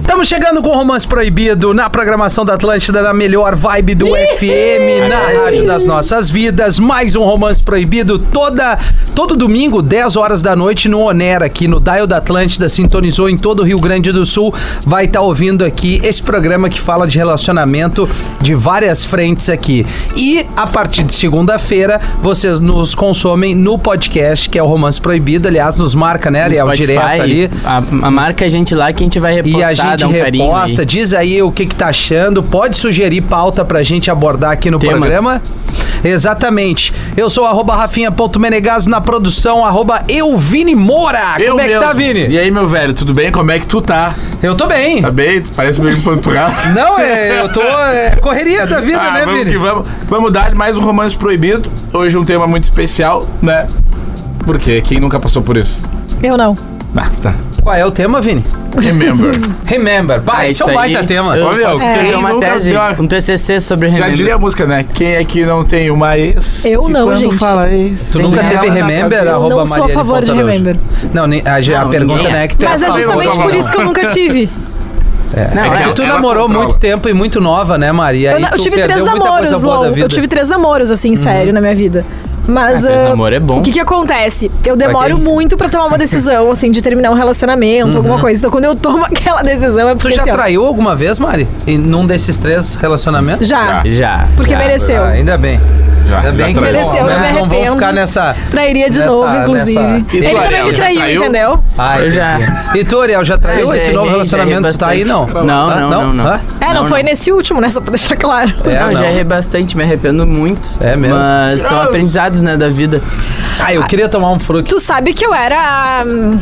Estamos chegando com o Romance Proibido na programação da Atlântida, na melhor vibe do FM, na Rádio das Nossas Vidas. Mais um Romance Proibido toda, todo domingo, 10 horas da noite, no Onera, aqui no Dial da Atlântida. Sintonizou em todo o Rio Grande do Sul. Vai estar ouvindo aqui esse programa que fala de relacionamento de várias frentes aqui. E a partir de segunda-feira, vocês nos consomem no podcast, que é o Romance Proibido. Aliás, nos marca, né, Ariel? Spotify, Direto ali. A, a marca é a gente lá que a gente vai repostar, E a gente dá um carinho aí. reposta, diz aí o que, que tá achando, pode sugerir pauta pra gente abordar aqui no Temas. programa. Exatamente. Eu sou arroba rafinha.menegaso na produção, arroba Euvini Moura. Eu Como é que mesmo. tá, Vini? E aí, meu velho, tudo bem? Como é que tu tá? Eu tô bem. Tá bem? Tu parece meio empanturrado. Não, é, eu tô... é, correria da vida, Ah, né, vamos Vini? que vamos. Vamos dar mais um romance proibido. Hoje um tema muito especial, né? Porque quem nunca passou por isso? Eu não. Ah, tá. Qual é o tema, Vini? Remember. Remember. Bah, É esse é um isso aí. baita tema. Eu Ô, meu, posso é. escrever uma Nunca tese, deu a- um TCC sobre Já diria a Remember. música, né? Quem é que não tem uma ex? Eu que não, quando gente. fala ex. Tu nunca Tem teve ela na Remember? cabeça. arroba Não sou a Marielle favor de Fontadouro? Remember. Não, nem- a, a Não, pergunta ninguém não é. é que tu Mas é falar. justamente vou- por isso que eu nunca tive. Não, É que é- tu ela namorou controla. muito tempo e muito nova, né, Maria? Eu, E na- eu tu tive perdeu três muita coisa namoros, boa da LOL. Eu vida. tive três namoros, assim, sério, na minha vida. Mas. Ah, três ah, namoro é bom. O que que acontece? Eu demoro quem? muito pra tomar uma decisão, assim, de terminar um relacionamento, alguma coisa. Então, quando eu tomo aquela decisão, é porque. Tu já assim, ó, traiu alguma vez, Mari? Em num desses três relacionamentos? Já. Já. Porque já. mereceu. Ah, ainda bem. Já, ainda já bem que traiu. bom, né? Mereceu, eu me não vou arrependo. ficar nessa. Trairia de nessa- novo, inclusive. nessa- E tu, Ele também Ariel, me já traiu, traiu? entendeu? Ai, Eu já. entendi. E tu, Ariel, já é, traiu Ah, já esse novo errei, relacionamento? já errei Tu tá aí, não? bastante. Não, Ah, não, não, não. Hã? É, não, Não, foi não. nesse último, né? Só pra deixar claro. É, Não, não. já errei bastante, me arrependo muito. É mesmo? Mas são Gross. aprendizados, né, da vida. Ah, eu queria tomar um fruto. Tu sabe que eu era. hum,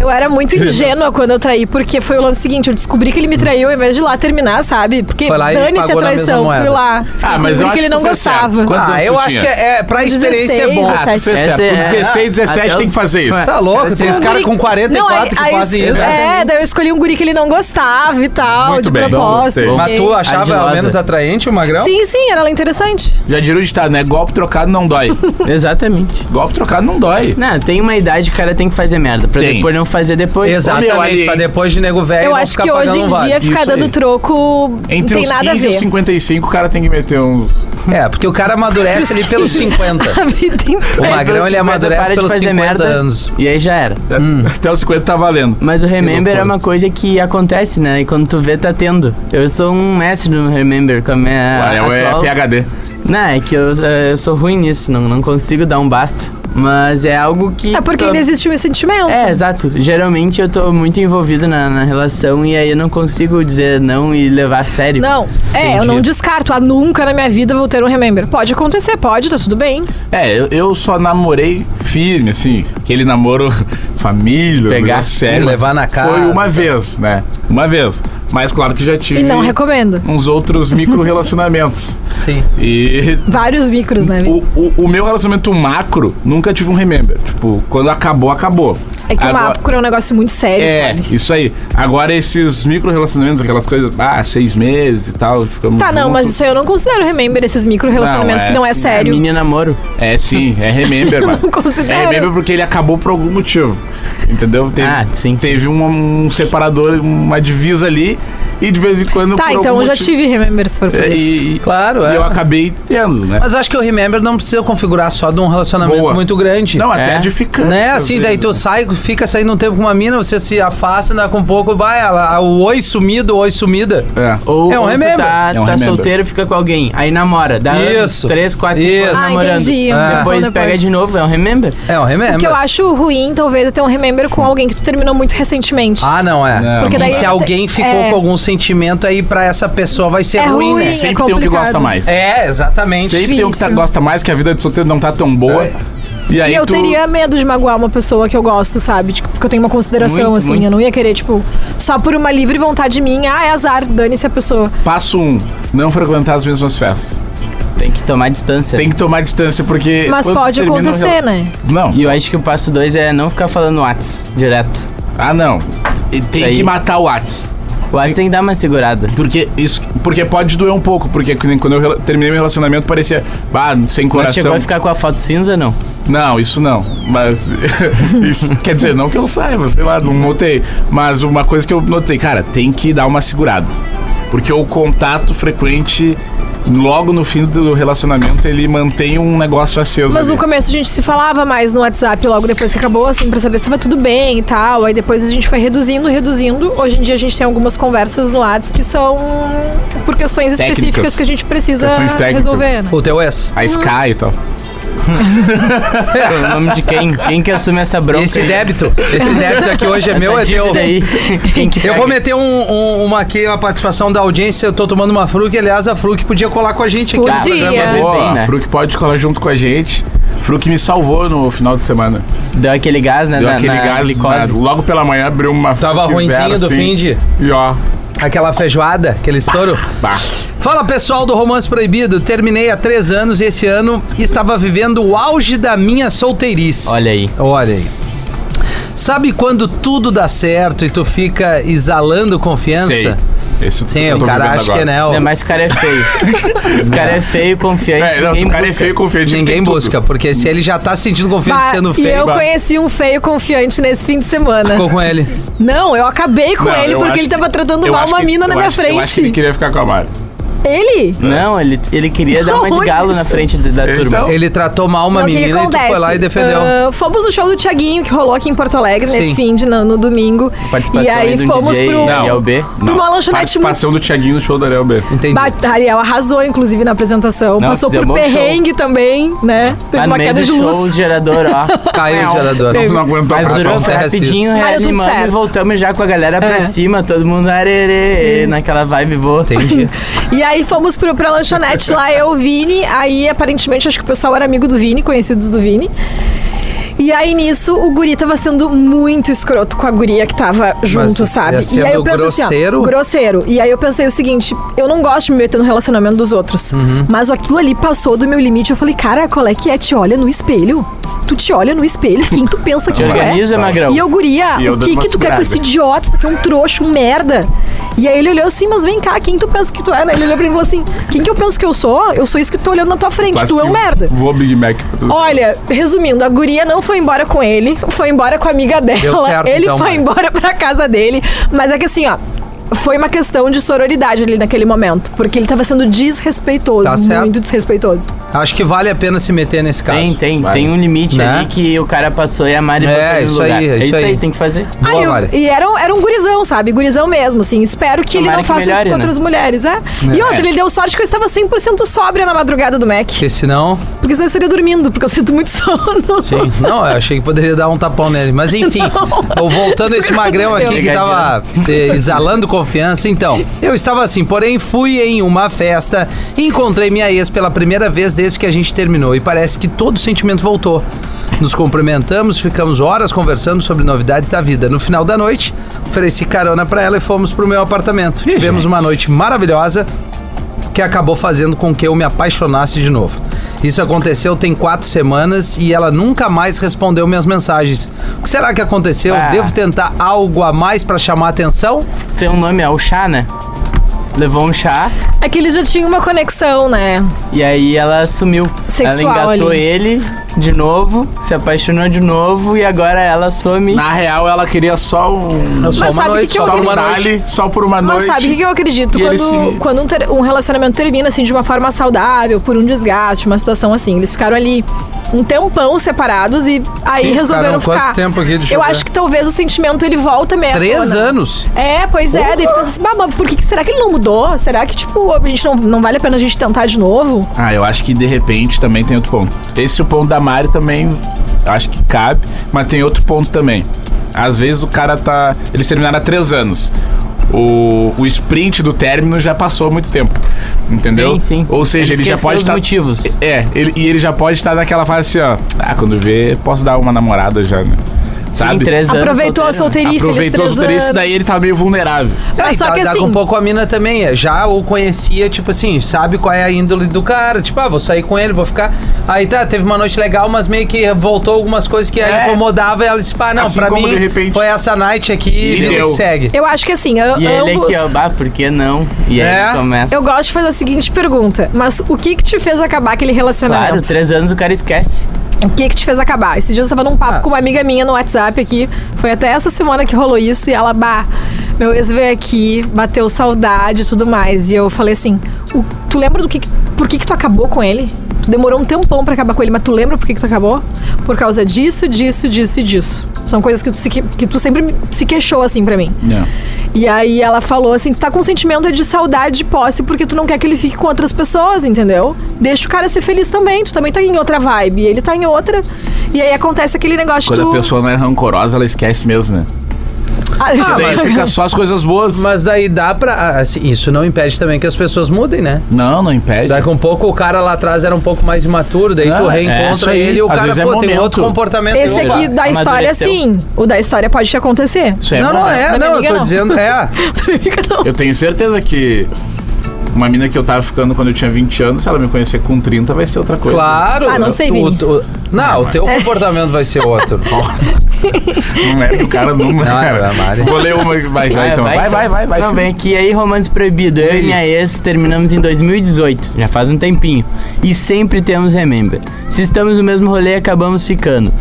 Eu era muito ingênua quando eu traí, porque foi o lance seguinte: eu descobri que ele me traiu ao invés de ir lá terminar, sabe? Porque Foi lá e dane-se a pagou na mesma traição. moeda. Fui lá. Ah, mas eu descobri acho que ele que não foi gostava. certo. Quantos ah, anos eu tu acho tinha? que é, é- pra experiência é 16, bom. Ah, tu Fez Essa certo. é- Com 16, 17 até tem os- que fazer isso. Tá louco, tem uns caras Guri- com 44 Não, aí- que aí- fazem isso. É, daí eu escolhi um guri que ele não gostava e tal, Muito de bem, propósito. gostei. fiquei- Mas tu achava ao Ardilosa. menos atraente o magrão? Sim, sim, era interessante. Já diria o ditado, né? Golpe trocado não dói. Exatamente. Golpe trocado não dói. Não, tem uma idade que o cara tem que fazer merda. Pra Tem. depois não fazer depois. Ô, meu, Exatamente, ali- pra depois de nego velho eu não acho ficar que hoje pagando em um vale. dia ficar Isso aí. dando troco Entre não tem os nada a 15 e os ver. 55, o cara tem que meter um- uns. É, porque o cara amadurece ali pelos 50. A vida O É. é inteira. magrão ele 50 amadurece para de pelos fazer 50 merda. anos. E aí já era. Até- Até os 50 tá valendo. Mas o remember Que loucura. é uma coisa que acontece, né? E quando tu vê, tá tendo. Eu sou um mestre no remember com a minha Ué, é atual- PHD. Não, é que eu, é, eu sou ruim nisso, não, não consigo dar um basta. Mas é algo que... É porque eu- ainda existe um sentimento. É, exato. Geralmente eu tô muito envolvido na, na relação e aí eu não consigo dizer não e levar a sério. Não, é, eu Entendi. não descarto. Ah, nunca na minha vida vou ter um remember. Pode acontecer, pode, tá tudo bem. É, eu, eu só namorei firme, assim. Aquele namoro família, Pegar negócio sério. levar na casa, Foi uma tá. vez, né? Uma vez. Mas claro que já tive E não recomendo. uns outros micro-relacionamentos. Sim. e Vários micros, né? Vi? o, o, o meu relacionamento macro nunca tive um remember. Tipo, quando acabou, acabou. É que o Agora- macro é um negócio muito sério, É, sabe? isso aí. Agora esses micro-relacionamentos, aquelas coisas, ah, seis meses e tal, ficamos Tá, não, juntos. mas isso aí eu não considero remember, esses micro relacionamentos Não, é que não é assim, É sério. mini namoro. É sim, é Remember, mano. Não considero. É Remember porque ele acabou por algum motivo. Entendeu? Teve, Ah, sim, sim. Teve um, um separador, uma divisa ali, e de vez em quando. Tá, por algum então eu já motivo- tive remember se for por É, isso. E, e- Claro, e é. eu acabei tendo, né? Mas eu acho que o Remember não precisa configurar só de um relacionamento Boa. muito grande. Não, até É. de ficar. Né? Assim, daí tu sai, fica saindo um tempo com uma mina, você se afasta, anda com um pouco, vai, ela, o oi sumido, o oi sumida. É. Ou É um ou tu remember. tá, É um tá remember. solteiro, fica com alguém. Aí namora. Dá Isso. isso. 3, 4, 5 Isso. anos Ah, namorando. entendi. Ah. Depois, Depois. pega de novo, é um remember. É, o Remember. O que eu acho ruim, talvez, é ter um remember com alguém que tu terminou muito recentemente. Ah, não, é. Não. Porque daí se você- alguém ficou é. com algum sentimento aí pra essa pessoa vai ser É ruim, ruim. né? é Sempre tem um que complicado. gosta mais. É, exatamente. Sempre tem um que tá- difícil. gosta mais, que a vida de solteiro não tá tão boa. É. E aí e eu tu. teria medo de magoar uma pessoa que eu gosto, sabe? Tipo, porque eu tenho uma consideração, Muito, assim. muito. Eu não ia querer, tipo, só por uma livre vontade minha, ah, é azar, dane-se a pessoa. Passo um, não frequentar as mesmas festas. Tem que tomar distância. Tem que tomar distância, porque. Mas quando tu pode termina um acontecer, rela- né? Não. E eu acho que o passo 2 é não ficar falando Whats direto. Ah, não. E tem aí. que matar o Whats. O ar tem que dar uma segurada. Porque isso. Porque pode doer um pouco, porque que nem quando eu rela- terminei meu relacionamento parecia. Bah, sem Mas chegou coração. a ficar com a foto cinza, não? Não, isso não. Mas. isso quer dizer, não que eu saiba, sei lá, não notei. Mas uma coisa que eu notei, cara, tem que dar uma segurada. Porque o contato frequente, logo no fim do relacionamento, ele mantém um negócio aceso. Mas no ali. começo a gente se falava mais no WhatsApp, logo depois que acabou, assim, pra saber se tava tudo bem e tal. Aí depois a gente foi reduzindo, reduzindo. Hoje em dia a gente tem algumas conversas no WhatsApp que são por questões Técnicas. específicas que a gente precisa Questões técnicas. resolver. né? O teu ex. A Sky e tal. O nome de quem? Quem que assume essa Então, bronca? Esse aí? débito, esse débito aqui hoje é Essa meu, é dívida teu. Aí. Quem que Eu vou paga? meter um, um- uma aqui, uma participação da audiência. Eu tô tomando uma Fruc, aliás, a Fruc podia colar com a gente aqui. Ah, Podia. no programa. Foi Pô, bem, né? a Fruc pode colar junto com a gente. Fruc me salvou no final de semana. Deu aquele gás, né? Deu na, aquele na gás glicose. na- logo pela manhã abriu uma Tava Fruc ruimzinho zero, do assim, fim de. E ó. Aquela feijoada, aquele estouro. Bah. Fala pessoal do Romance Proibido, terminei há três anos e esse ano estava vivendo o auge da minha solteirice. Olha aí. Olha aí. Sabe quando tudo dá certo e tu fica exalando confiança? Sei. Esse Sim, eu o tô cara vivendo acha agora. que né, o- Ainda mais se o cara é feio. Esse cara é feio, confiante. É, não, se ninguém o cara é busca. feio, confiante. ele Ninguém tem tudo. busca, porque se ele já tá sentindo confiante Bah, sendo e feio, eu bah. conheci um feio confiante nesse fim de semana. ficou com ele. Não, eu acabei com Não, ele eu porque acho ele tava que- tratando eu mal acho uma que- mina na eu minha acho- Eu acho que ele frente. queria ficar com a Mari. Ele? Não, ele, ele queria dar uma de Aonde galo na isso? frente da, da Então, turma. Ele tratou mal uma Não, o que que menina e tu acontece? foi lá e defendeu. Ah, fomos no show do Tiaguinho, que rolou aqui em Porto Alegre Sim. nesse fim de no, no domingo. Participação E aí aí um do fomos DJ pro. e ao B. Pra uma lanchonete muito- Participação um do Thiaguinho no show da Ariel B. Entendi. Ba- Ariel arrasou, inclusive, na apresentação. Não, Passou por fizemos um bom perrengue também, né? Teve Lá no uma meio do queda de show, luz. o gerador, ó. Caiu o gerador. Não, não aguentou a Mas durou pressão. foi Terra rapidinho, Mas deu tudo reanimando e certo. voltamos já com a galera pra É. cima, todo mundo arerê, naquela vibe boa. Entendi. E aí fomos pro, pra lanchonete lá, eu, o Vini. Aí, aparentemente, acho que o pessoal era amigo do Vini, conhecidos do Vini. E aí, nisso, o guri tava sendo muito escroto com a guria que tava junto, ia é sabe? E sendo aí eu pensei grosseiro? assim, ó, grosseiro. E aí eu pensei o seguinte, eu não gosto de me meter no relacionamento dos outros. Uhum. Mas aquilo ali passou do meu limite. Eu falei, cara, qual é que é? Te olha no espelho. Tu te olha no espelho, quem tu pensa que Te tu é? organiza, magrão. E eu, guria, Então, E eu o dando que uma que tu quer com segurada. esse idiota? Isso aqui é um trouxa, um merda. E aí ele olhou assim, mas vem cá, quem tu pensa que tu é? Né? Ele olhou pra mim e falou assim, quem que eu penso que eu sou? Eu sou isso que tu tá olhando na tua frente, Quase tu é que um merda. Vou Big Mac. Olha, resumindo, a guria não foi embora com ele, foi embora com a amiga dela. Deu certo, ele então, foi mano. embora pra casa dele. Mas é que assim, ó. Foi uma questão de sororidade ali naquele momento. Porque ele tava sendo desrespeitoso. Tá certo. Muito desrespeitoso. Acho que vale a pena se meter nesse caso. Tem, tem. Vai. Tem um limite Né? ali que o cara passou e a Mari É, botou no isso lugar. aí, é é isso isso aí. aí, tem que fazer. Boa, Aí eu- Mari. e era, um- era um gurizão, sabe? Gurizão mesmo, assim. Espero que ele Tomara não que faça melhore, isso com né? outras mulheres, é? E outra, ele deu sorte que eu estava 100% sóbria na madrugada do Mac. Porque senão. Porque senão eu estaria dormindo, porque eu sinto muito sono. Sim. Não, eu achei que poderia dar um tapão nele. Mas enfim, eu voltando a esse magrão aqui que tava eh, exalando confiança. Então, eu estava assim, porém fui em uma festa, encontrei minha ex pela primeira vez desde que a gente terminou e parece que todo o sentimento voltou. Nos cumprimentamos, ficamos horas conversando sobre novidades da vida. No final da noite, ofereci carona pra ela e fomos pro meu apartamento. Tivemos uma noite maravilhosa que acabou fazendo com que eu me apaixonasse de novo. Isso aconteceu tem quatro semanas e ela nunca mais respondeu minhas mensagens. O que será que aconteceu? É. Ah. Devo tentar algo a mais pra chamar atenção? Tem um nome, é o chá, né? Levou um chá É que ele já tinha uma conexão, né? e aí ela sumiu. Sexual ela engatou ali. ele de novo, se apaixonou de novo e agora ela some. Na real, ela queria só um. Não, só Mas uma sabe o que noite, que eu só É Só queria? uma um noite. dali, só por uma Mas noite. sabe o que que eu acredito? E Quando, eles se- quando um, ter- um relacionamento termina assim de uma forma saudável, por um desgaste, uma situação assim, eles ficaram ali um tempão separados e aí Sim, resolveram ficaram quanto ficar. tempo aqui? Deixa eu eu ver. acho que talvez o sentimento ele volta mesmo. né? Três anos. É, pois é. Daí tu pensa assim, "Bah, mas por que, que será que ele não mudou? Será que, tipo, a gente não, não vale a pena a gente tentar de novo? Ah, eu acho que de repente também tem outro ponto. Esse o ponto da Mari também, eu acho que cabe, mas tem outro ponto também. Às vezes o cara tá. Eles terminaram há três anos. O, o sprint do término já passou há muito tempo. Entendeu? Sim, sim, sim. Ou seja, Ele ele, já esqueceu pode tá os estar. motivos. tá É, ele- e ele já pode estar naquela fase assim, ó. Ah, quando vê, posso dar uma namorada já, né? sabe? Em três anos, Aproveitou a solteiro, né? solteirice, eles Aproveitou três os três, anos. daí ele tava meio vulnerável. É, Mas e só tá, que dá assim- um pouco a mina também. é, Já o conhecia, tipo assim, sabe qual é a índole do cara. Tipo, ah, vou sair com ele, vou ficar. Aí tá, teve uma noite legal, mas meio que voltou algumas coisas que a É. incomodava e ela disse, pá, não, Assim pra como mim de repente- foi essa night aqui, E vida deu. que segue. Eu acho que assim, a- E ele é ambos... aqui, ó, bah, por que não? E aí É. ele começa. Eu gosto de fazer a seguinte pergunta, mas o que que te fez acabar aquele relacionamento? Claro, três anos o cara esquece. O que que te fez acabar? Esses dias eu tava num papo Ah. com uma amiga minha no WhatsApp aqui. Foi até essa semana que rolou isso e ela, bah, meu ex veio aqui, bateu saudade e tudo mais. E eu falei assim: "O- tu lembra do que, que- por que que tu acabou com ele? Tu demorou um tempão pra acabar com ele, mas tu lembra por que que tu acabou? Por causa disso, disso, disso e disso. São coisas que tu, se que- que tu sempre me- se queixou assim pra mim. E aí ela falou assim: tá com sentimento de saudade de posse porque tu não quer que ele fique com outras pessoas, entendeu? Deixa o cara ser feliz também, tu também tá em outra vibe, e ele tá em outra. E aí acontece aquele negócio Quando tu. a pessoa não é rancorosa, ela esquece mesmo, né? Ah, deixa Isso eu- daí fica só as coisas boas. Mas aí dá pra. ah, assim, isso não impede também que as pessoas mudem, né? Não, não impede. Daqui um pouco o cara lá atrás era um pouco mais imaturo, daí Não, tu é isso reencontra aí. ele e o Às cara, vezes é pô, tem momento. outro comportamento. Esse Opa. aqui da história, Amadureceu. sim. O da história pode te acontecer. Isso é Não, bom, não, né? é, Mas não, eu amiga, tô não. dizendo, é. Fica não. Eu tenho certeza que uma mina que eu tava ficando quando eu tinha 20 anos, se ela me conhecer com 30, vai ser outra coisa. Claro. Ah, não sei, Vini. É. tu- não, o teu comportamento vai ser outro. Não é o cara não, é a Mari. Vou ler uma. Vai, vai, então. Vai, vai, vai, vai. Ah, Não, filho. vem aqui, aí Romance Proibido. Eu aí? e minha ex terminamos em 2018, já faz um tempinho. E sempre temos Remember. Se estamos no mesmo rolê, acabamos ficando.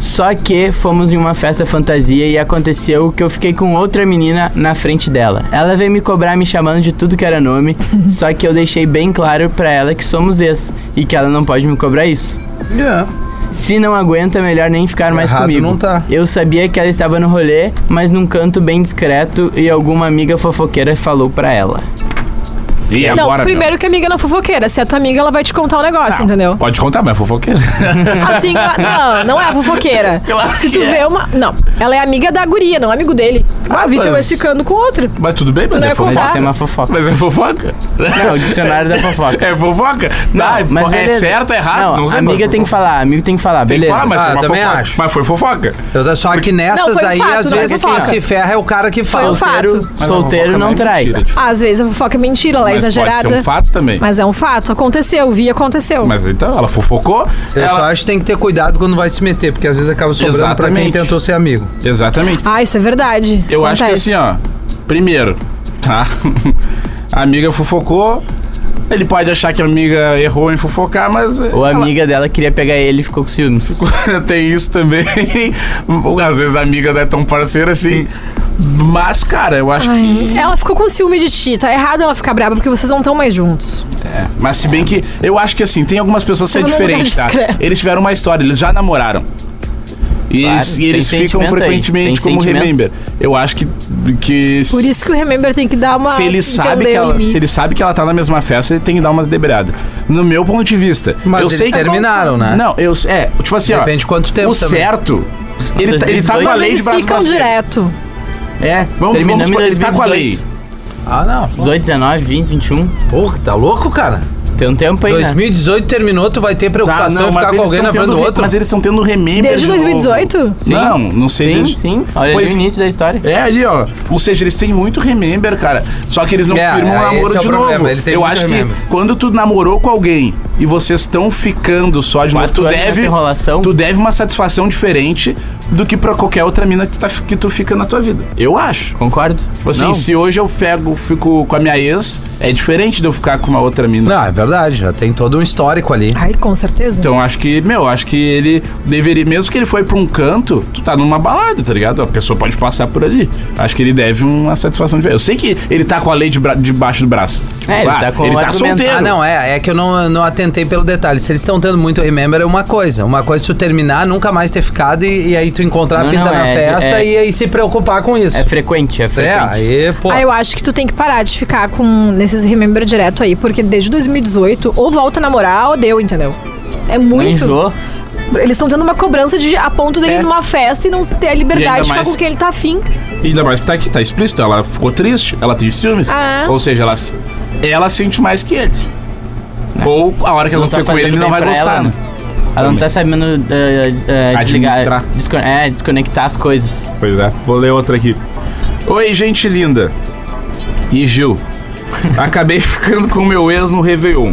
Só que fomos em uma festa fantasia e aconteceu que eu fiquei com outra menina na frente dela. Ela veio me cobrar me chamando de tudo que era nome, só que eu deixei bem claro pra ela que somos ex e que ela não pode me cobrar isso. Yeah. Se não aguenta, melhor nem ficar mais Errado comigo. não tá. Eu sabia que ela estava no rolê, mas num canto bem discreto e alguma amiga fofoqueira falou pra ela. E não, agora? meu? primeiro que a amiga não é fofoqueira. Se é tua amiga, ela vai te contar o negócio, Ah, entendeu? Pode contar, mas é fofoqueira. Assim, ela- não, não é a fofoqueira. Claro Se tu que é. vê uma. Não, ela é amiga da guria, não é amigo dele. Ah, Ah, a Vitor vai mas- ficando com outro. Mas tudo bem, mas Não é é fofoca. contar. Isso é uma fofoca. Mas é fofoca. Não, o dicionário da fofoca. É fofoca? Tá, mas é beleza. certo, é errado? Não, sei. amiga mas tem que falar, amigo tem que falar, Tem que beleza. falar, mas Ah, foi uma também fofoca. acho. é Mas foi fofoca. Eu- Só que nessas foi um aí, fato, às não é vezes, quem fofoca. se ferra é o cara que Foi um fala. fato. Solteiro, solteiro Mas não fofoca é trai. mentira, tipo. Às vezes a fofoca é mentira, ela é Mas exagerada. Pode ser um fato também. Mas é um fato, aconteceu, vi, aconteceu. Mas então, ela fofocou. Eu só Ela... acho que tem que ter cuidado quando vai se meter, porque às vezes acaba sobrando pra quem Exatamente. tentou ser amigo. Exatamente. Ah, isso é verdade. Eu acho que Acontece. assim, ó. Primeiro, tá? A amiga fofocou. Ele pode achar que a amiga errou em fofocar, mas. Ou a ela- amiga dela queria pegar ele e ficou com ciúmes. Tem isso também. Às vezes a amiga não é tão parceira assim. Mas, cara, eu acho que. Ai, Ela ficou com ciúme de ti. Tá errado ela ficar brava porque vocês não estão mais juntos. É, mas se bem que eu acho que assim, tem algumas pessoas que é Todo mundo diferente, é tá? discreto. Eles tiveram uma história, eles já namoraram. E Claro, eles, e tem eles ficam sentimento aí, frequentemente tem como sentimento. remember. Eu acho que. que Por isso que o Remember tem que dar uma. se ele, sabe entender que o ela, limite. se ele sabe que ela tá na mesma festa, ele tem que dar umas debreadas. No meu ponto de vista. Mas eu eles sei que- terminaram, né? Não, eu. É, tipo assim, ó. Depende de quanto tempo O também. certo. Ele, tá- ele tá com a Mas lei de eles braço ficam pra cima. direto. É, vamos, Terminamos vamos em ele tá com a lei. 2018. Ah, não. 18, 19, 20, 21. Porra, tá louco, cara? Tem um tempo aí, né? 2018 terminou, tu vai ter tá, preocupação em ficar com alguém tão namorando tendo, re- outro. Mas eles estão tendo remember. Desde é de novo. 2018? Não, não sei. Sim, desde- sim. Olha Pois- ali o início da história. É ali, ó. Ou seja, eles têm muito remember, cara. Só que eles não É, firmam é, um namoro esse é o de problema, novo. ele tem Eu muito acho remember. que quando tu namorou com alguém e vocês estão ficando só de novo, Quatro tu anos deve, nessa enrolação. tu deve uma satisfação diferente do que pra qualquer outra mina que tu, tá- que tu fica na tua vida. Eu acho. Concordo? Tipo assim, Não. se hoje eu pego, fico com a minha ex, é diferente de eu ficar com uma outra mina. Não, é verdade, já tem todo um histórico ali. Ai, com certeza. Então acho que, meu, acho que ele deveria, mesmo que ele foi pra um canto, tu tá numa balada, tá ligado? A pessoa pode passar por ali. Acho que ele deve uma satisfação de ver. Eu sei que ele tá com a lei de bra- debaixo do braço. Tipo, É, ele tá com ele o tá argumento. solteiro. Ah, não, é, é que eu não, não atentei pelo detalhe. Se eles estão tendo muito remember é uma coisa. Uma coisa é tu terminar, nunca mais ter ficado e, e aí tu encontrar a Não, pinta não, na é de- festa é- e aí se preocupar com isso. É frequente, é É, frequente. aí, pô. Ah, eu acho que tu tem que parar de ficar com nesses remember direto aí, porque desde 2018, ou volta a namorar, ou deu, entendeu? É Não muito. enjoou? Eles estão tendo uma cobrança de a ponto dele É. ir numa festa e não ter a E ainda liberdade de ficar mais- com quem ele tá afim. E ainda mais que tá aqui, tá explícito. Ela ficou triste, ela tem ciúmes. Ah. Ou seja, ela, ela sente mais que ele. Ou a hora que Não acontecer tá com ele, fazendo ele bem não vai pra gostar, ela, né? Ela não tá sabendo uh, uh, desligar. Administrar. descone- é, desconectar as coisas. Pois é. Vou ler outra aqui. Oi, gente linda. E Gil. Acabei ficando com meu ex no Réveillon.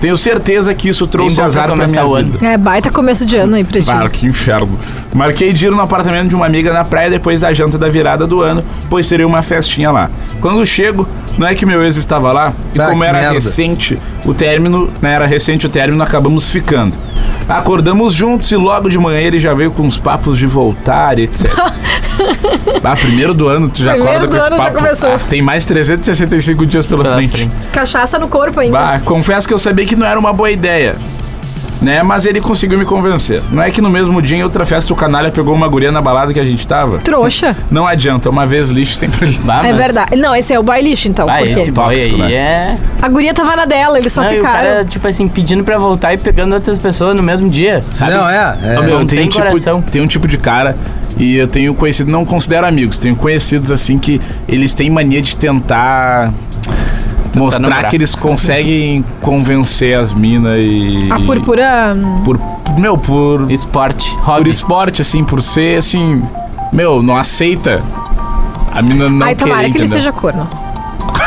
Tenho certeza que isso trouxe bom pra azar pra começar minha o ano. vida. É, baita começo de ano aí pra ti. Ah, que inferno. Marquei de ir no apartamento de uma amiga na praia depois da janta da virada do ano, pois seria uma festinha lá. Quando chego, não é que meu ex estava lá, e Ah, como que era merda. recente o término, né, era recente o término, acabamos ficando. Acordamos juntos e logo de manhã ele já veio com uns papos de voltar, etc. ah, primeiro do ano tu já Primeiro acorda do com esse ano já papo. começou. Ah, tem mais 365 dias pela, Pela frente. frente. Cachaça no corpo ainda. Bah, confesso que eu sabia que não era uma boa ideia. Né, mas ele conseguiu me convencer. Não é que no mesmo dia em outra festa o canalha pegou uma guria na balada que a gente tava? Trouxa. Não adianta, uma vez lixo sempre lixo. Bah, é Ah, mas- verdade. Não, esse é o boy lixo, então. Ah, por quê? Tá esse boy Tóxico, aí né? é. A guria tava na dela, eles só não, e o ficaram. cara, tipo assim, pedindo pra voltar e pegando outras pessoas no mesmo dia. Sabe? Não, é, é. Ô, meu, Não tem, tem um tipo, coração. tem um tipo de cara e eu tenho conhecido, não considero amigos, tenho conhecidos assim que eles têm mania de tentar. Mostrar namorar. que eles conseguem convencer as minas e. A purpura. hum, Por, meu, por. Esporte, por hobby. esporte, assim, por ser, assim, meu, não aceita. A mina não Ai, tomara querer, que ele entendeu? seja corno.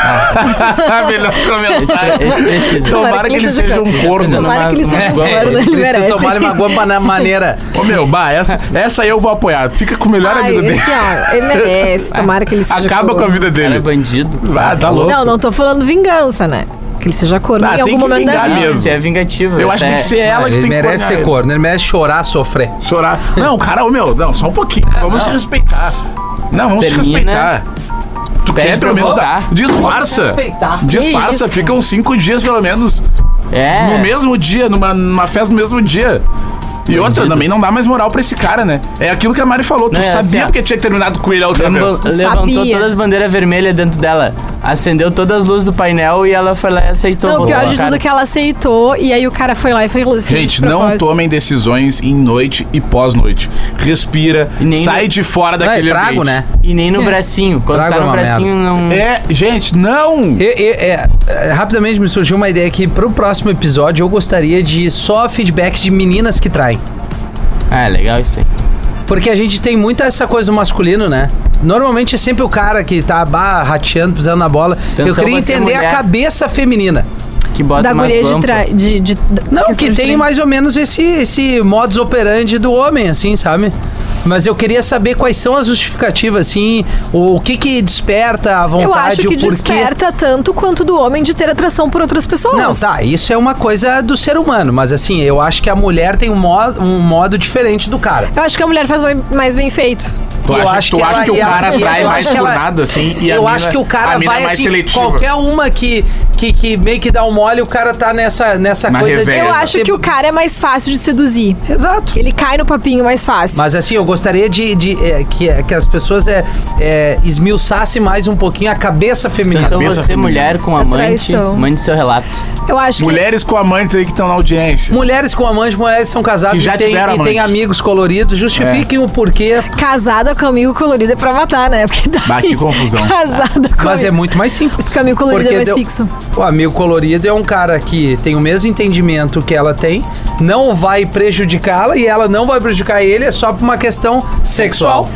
Ah, melhor Esse, comentário. esse precisa. tomara que ele seja um corno. Mas- Tomara que ele É, seja corno, ele É, Precisa merece. tomar uma boa pana- maneira. Ô, meu, bah, essa, essa aí eu vou apoiar. Fica com o melhor Ai, amigo dele. esse, ó, ele merece. Tomara que ele seja Acaba com a corno. vida Cara é dele. bandido. Ah, tá louco. Não, não tô falando vingança, né? Que ele seja corno Ah, em tem algum que momento da vingar vida. mesmo. Não, Isso é vingativo. Eu isso acho que é... tem que ser ela que ele tem que merece cornear ser ele. corno, ele merece chorar, sofrer. Chorar. Não, cara, ô, meu, não, só um pouquinho. Vamos se respeitar. Não, vamos se Termina. respeitar. Tu Pede quer pra pelo menos voltar. dar- Disfarça. Disfarça, isso? ficam cinco dias pelo menos. É. No mesmo dia, numa, numa festa no mesmo dia. E outra, também não dá mais moral pra esse cara, né? É aquilo que a Mari falou, tu Não, é assim, sabia ó. porque tinha terminado com ele a outra Lembrou- vez. levantou Sabia. todas as bandeiras vermelhas dentro dela. Acendeu todas as luzes do painel e ela foi lá e aceitou. Não, o voltou pior com a de cara. tudo é que ela aceitou e aí o cara foi lá e foi. fez Gente, de não propósito. tomem decisões em noite e pós-noite. Respira, E nem sai no- de fora Não, é daquele trago, ambiente. né? E nem no bracinho. Quando Trago tá no uma bracinho, né? não. É, gente, não! E- e- é, é, rapidamente me surgiu uma ideia que pro próximo episódio eu gostaria de só feedbacks de meninas que traem. É. Ah, legal isso aí. Porque a gente tem muita essa coisa do masculino, né? Normalmente é sempre o cara que tá bah, rateando, pisando na bola. Atenção, eu queria você entender a mulher. cabeça feminina. Que bota Da uma guria de tampa. trás. De, de, Não, questão que de tem trem. mais ou menos esse, esse modus operandi do homem, assim, sabe? Mas eu queria saber quais são as justificativas, assim, o, o que que desperta a vontade, Eu acho que o porquê. desperta tanto quanto do homem de ter atração por outras pessoas. Não, tá, isso é uma coisa do ser humano, mas assim, eu acho que a mulher tem um modo, um modo diferente do cara. Eu acho que a mulher faz mais- mais bem feito. Tu Eu acha, acho tu que acha ela- que o e ela- cara e eu atrai acho mais que por ela- nada, assim? E a eu mina- acho que o a cara mina vai é mais assim, seletiva. qualquer uma que, que, que meio que dá um mole, o cara tá nessa, nessa Na coisa de. reserva. Eu acho que o cara é mais fácil de seduzir. Exato. Ele cai no papinho mais fácil. Mas assim, eu gostaria de, de, eh, que, que as pessoas é, é, esmiuçassem mais um pouquinho a cabeça feminina. Então Cabeça você, feminina. mulher com amante, É traição. mande seu relato. Eu acho Mulheres com amantes aí que estão na audiência. Mulheres com amante, mulheres que são casadas Que já e têm tiveram É. e têm amante. amigos coloridos, justifiquem o porquê. que casada com amigo colorido é pra matar, né? Porque daí, Bah, que confusão. Casada com Mas é muito mais simples. Esse caminho colorido Porque é mais deu- fixo. O amigo colorido é um cara que tem o mesmo entendimento que ela tem, não vai prejudicá-la e ela não vai prejudicar ele, é só por uma questão sexual.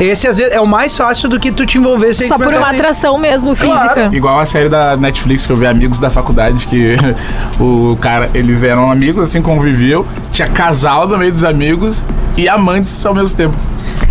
Esse às vezes é o mais fácil do que tu te envolver sem Só por uma experimentar. atração mesmo, física. Igual a série da Netflix que eu vi amigos da faculdade que o cara, eles eram amigos, assim, conviviam, tinha casal no meio dos amigos e amantes ao mesmo tempo.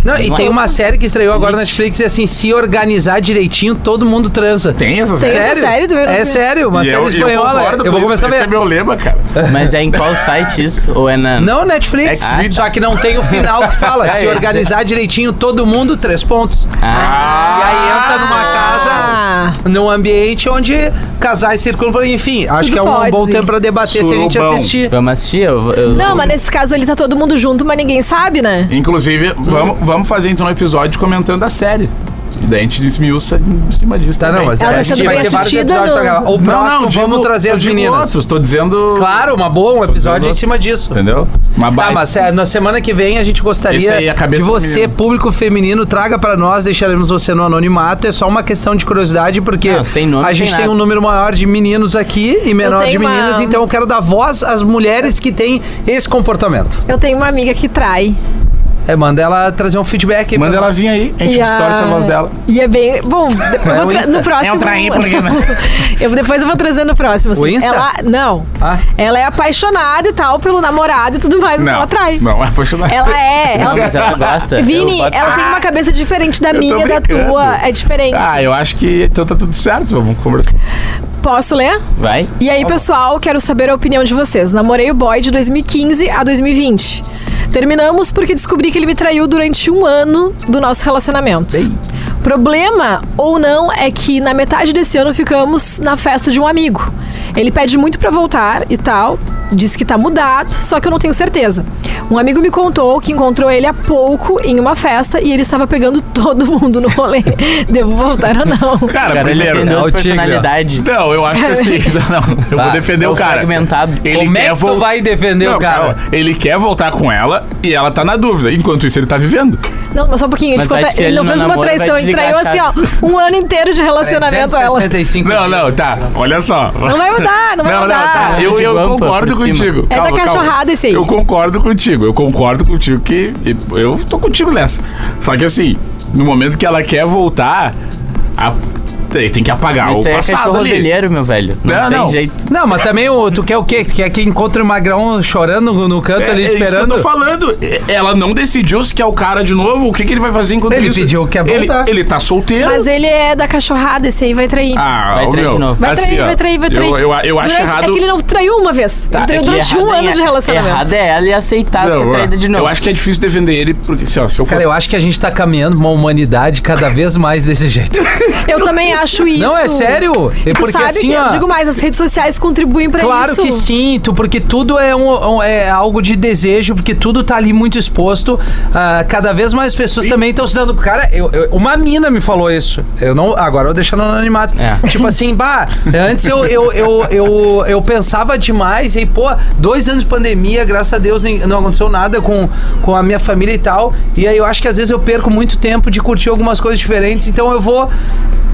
Não, e tem Nossa. uma série que estreou agora na Netflix e assim, se organizar direitinho, todo mundo transa. Tem essa Tem série? essa série também, não É sabia. sério, uma E série eu, e eu espanhola. concordo Eu, vou com isso, começar a Esse é ver. meu lema, cara. Mas é em qual site isso? Ou é na. Não, Netflix. Xvideos. Só que não tem o final que fala. Ah, se é. organizar direitinho, todo mundo, três pontos. Ah, E aí entra numa casa, num ambiente onde casais circulam. por aí. Enfim, acho Tudo que é um pode. bom tempo pra debater se a gente Surubão. assistir. vamos assistir? Eu, eu- Ah, Não, mas nesse caso ali tá todo mundo junto, mas ninguém sabe, né? Inclusive, vamos, vamos fazer então um episódio comentando a série. E daí a gente desmiuça em cima disso. Tá, não, também. mas Ela é, tá a gente sendo vai ter vários batida episódios pra no- gravar. O próximo, não, não, vamos digo- trazer eu as digo meninas. Outros, tô dizendo. Claro, uma boa, um episódio dizendo em cima disso. Entendeu? Uma Tá, baita- mas é, na semana que vem é a gente Isso gostaria aí, a cabeça que do você, menino. público feminino, traga pra nós, deixaremos você no anonimato. É só uma questão de curiosidade, porque Não, sem nome, a sem gente tem nada. um número maior de meninos aqui e menor de tenho uma- meninas, então eu quero dar voz às mulheres que têm esse comportamento. Eu tenho uma amiga que trai. É, manda ela trazer um feedback aí Manda pra ela vir aí, a gente E distorce a voz dela. E é bem. Bom, depois eu É vou o tra- Insta. no próximo. É um trair, porque- eu, depois eu vou trazer no próximo. Assim. O Insta? Ela, não. Ah. Ela é apaixonada e tal pelo namorado e tudo mais, mas ela trai. Não, é apaixonado. Ela é. Não, Ela... mas ela gosta. Vini, Eu boto- ela tem uma cabeça diferente da Eu tô minha, da brincando. tua. É diferente. Ah, eu acho que então tá tudo certo, vamos conversar. Posso ler? Vai. E aí, pessoal, quero saber a opinião de vocês. Namorei o boy de 2015 a 2020. Terminamos porque descobri que ele me traiu durante um ano do nosso relacionamento. Problema ou não é que na metade desse ano ficamos na festa de um amigo. Ele pede muito pra voltar e tal, diz que tá mudado, só que eu não tenho certeza. Um amigo me contou que encontrou ele há pouco em uma festa e ele estava pegando todo mundo no rolê. Devo voltar ou não? Cara, Cara, ele é primeiro. é tem né? duas o Tigre, ó. personalidades. Não, eu acho que assim. Não, não, eu Tá, vou defender é o o cara. fragmentado. Ele Como é quer que tu vol- vai defender Não, o cara? calma. Ele quer voltar com ela e ela tá na dúvida. Enquanto isso, ele tá vivendo. Não, mas só um pouquinho. Ele, Mas ficou acho tra- que ele ele não não fez uma namora, vai traição. Ele desligar traiu a assim, ó, um ano inteiro de relacionamento a ela. 365 Não, não, tá. Olha só. Não vai mudar, não vai mudar. tá. Eu, eu De guampa concordo por cima. contigo. É da cachorrada esse aí. Eu concordo contigo. Eu concordo contigo que. Eu tô contigo nessa. Só que assim, no momento que ela quer voltar, a- tem, tem que apagar Isso o aí é passado cachorro ali. rodelheiro, meu velho. Não, Não, tem não. jeito. Não, mas também o, tu quer o quê? Tu quer que encontre o magrão chorando no- no canto É, ali é isso que esperando? eu tô falando. E- Ela não decidiu se quer o cara de novo. O que, que ele vai fazer enquanto Ele isso? pediu que ia ele, voltar. ele tá solteiro. Mas ele é da cachorrada, esse aí vai trair. Ah, Vai o trair meu. de novo. vai assim, trair, ó, vai trair, vai trair. Eu, eu, eu acho Durante- errado. É que ele não traiu uma vez. Tá, ele traiu é que durante um errado ano é- de relacionamento. Errado é ela e aceitar Não, ser traída de novo. Eu acho que é difícil defender ele, porque assim, ó, se eu fosse. Cara, eu acho que a gente tá caminhando uma humanidade cada vez mais desse jeito. Eu também acho isso. Não, é sério? É E tu porque sabe assim, que, ó- eu digo mais, as redes sociais contribuem pra claro isso. que sim, tu, porque tudo é, um, um- é algo de desejo, porque tudo tá ali muito exposto. Ah, cada vez mais pessoas também estão se dando. Cara, eu- eu- uma mina me falou isso. Eu não, agora eu vou deixar no anonimato. É. Tipo assim, bah, antes eu, eu, eu, eu, eu pensava demais, e aí, pô, dois anos de pandemia, graças a Deus nem- não aconteceu nada com, com a minha família e tal. E aí eu acho que às vezes eu perco muito tempo de curtir algumas coisas diferentes, então eu vou.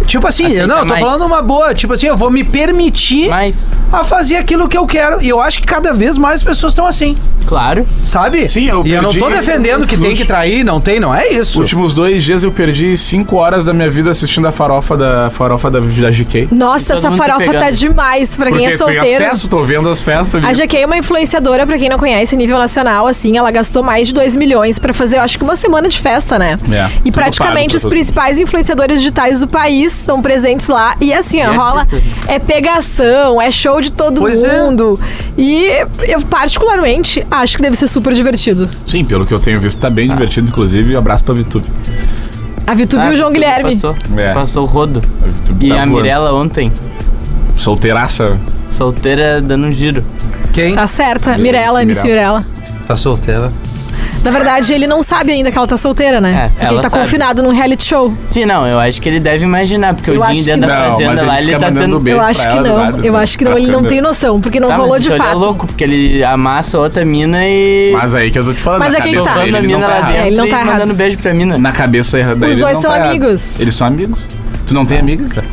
Tipo assim, Aceita não, eu tô mais. falando uma boa. Tipo assim, eu vou me permitir Mas, a fazer aquilo que eu quero. E eu acho que cada vez mais pessoas estão assim, claro. sabe? Sim, eu E eu não tô perdi- defendendo que tem que trair, não tem, não é Os isso. últimos dois dias eu perdi cinco horas da minha vida assistindo a farofa da farofa da, da GK. Nossa, Todo essa mundo se farofa tá pegando. demais pra quem é solteiro. tem acesso, tô vendo as festas. A viu? GK é uma influenciadora, pra quem não conhece, nível nacional, assim, ela gastou mais de 2 milhões pra fazer, eu acho que uma semana de festa, né? É, tudo e pago praticamente pra os todo principais influenciadores digitais do país são presentes lá. E assim, ó, E rola. artistas. É pegação, é show de todo Pois é. mundo. E eu, particularmente, acho que deve ser super divertido. Sim, pelo que eu tenho visto, tá bem divertido, inclusive. Abraço pra Vitube. A Vitube e o João tudo Guilherme. Ah, Passou, É. passou o rodo. A Vitube E tá a voando. Mirella ontem, Solteiraça. solteira dando um giro. Quem Tá certa, Miss Mirella, Miss Mirella. tá solteira? Na verdade, ele não sabe ainda que ela tá solteira, É, né? Porque ele ela tá sabe. confinado num reality show. Sim, não, eu acho que ele deve imaginar, porque Eu o acho Dinho que dentro da não. Não, mas fazenda ele lá, fica ele tá mandando tendo... beijo. eu pra acho que ela do não. lado, eu né? acho que não. As Ele não câmeras. tem noção, porque não Tá, rolou mas de esse olho é fato. louco, porque ele amassa outra mina e... Mas aí que eu tô te falando. Mas na é que cabeça tá. Jogando dele, a ele mina não tá lá errado. É, dentro ele não e tá errado. mandando beijo pra mina. Na cabeça erra- dele, ele dois não são tá errado. amigos. Eles são amigos. Tu não tem amiga, cara?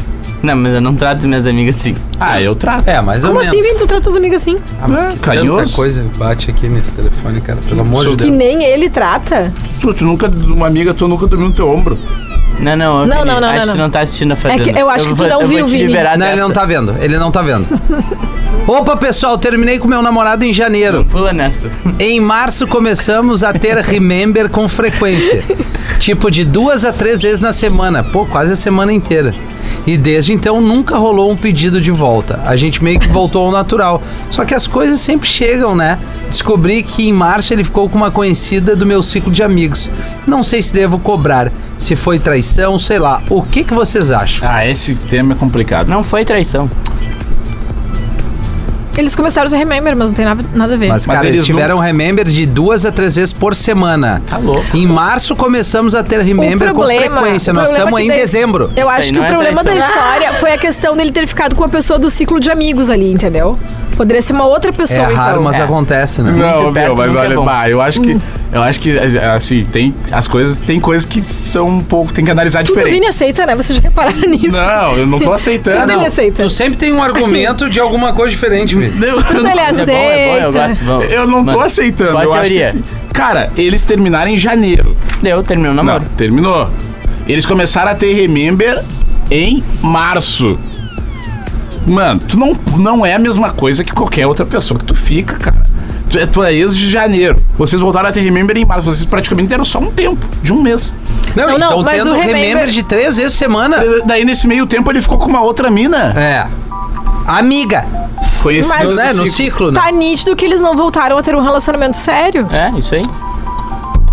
Não, mas eu não trato minhas amigas assim. Ah, eu trato. É, mais Como ou assim, menos. Vini? Tu trata os amigos assim? Ah, mas que carinhoso. Tanta coisa bate aqui nesse telefone, cara, pelo amor de Sou- Que Deus. nem ele trata? Tu, tu nunca, uma amiga tua nunca dormiu no teu ombro. Não, não, eu Não, não, não, acho que não, não. É tu não tá assistindo a fazenda. que eu acho que tu vou- não eu vou viu, te Vini. liberar Não, ele dessa. não tá vendo, ele não tá vendo. Opa, pessoal, terminei com meu namorado em janeiro. Pula nessa. Em março começamos a ter remember com frequência. Tipo de duas a três vezes na semana. Pô, quase a semana inteira. E desde então nunca rolou um pedido de volta. A gente meio que voltou ao natural. Só que as coisas sempre chegam, né? Descobri que em março ele ficou com uma conhecida do meu ciclo de amigos. Não sei se devo cobrar, se foi traição, sei lá. O que, que vocês acham? Ah, esse tema é complicado. Não foi traição. Eles começaram a Remember, mas não tem nada, nada a ver. Mas, cara, eles eles tiveram Remember de duas a três vezes por semana. Tá louco. Em março começamos a ter Remember com frequência. o Nós problema é estamos que em daí- dezembro. Eu acho aí que o não é problema da traição. história foi a questão dele ter ficado com a pessoa do ciclo de amigos ali, entendeu? Poderia ser uma outra É pessoa, raro, então. mas É. acontece, né? perto Não, meu, mas nunca é olha, bom. bah, eu acho que. Eu acho que, assim, tem as coisas. Tem coisas que são um pouco. Tem que analisar Tudo diferente. Vini aceita, né? Vocês já repararam nisso. Não, eu não tô aceitando. Tudo ele não. aceita. Tu sempre tem um argumento de alguma coisa diferente, velho. Eu- Tudo ele É bom, aceita. é bom, eu gosto. Vamos. Eu não tô Mano, aceitando. Qual eu a acho que teoria? assim- cara, eles terminaram em janeiro. Deu, terminou o Não, namoro. terminou. Eles começaram a ter Remember em março. Mano, tu não, não é a mesma coisa que qualquer outra pessoa que tu fica, cara. Tu é tua ex de janeiro. Vocês voltaram a ter Remember em março. Vocês praticamente deram só um tempo, de um mês. Não, Não, não, então mas tendo o remember... Remember- de três vezes por semana. Daí, nesse meio tempo, ele ficou com uma outra mina. assim. É. Amiga, Conheceu, Mas- né? No esse ciclo. ciclo, né? Tá nítido que eles não voltaram a ter um relacionamento sério. É, isso aí.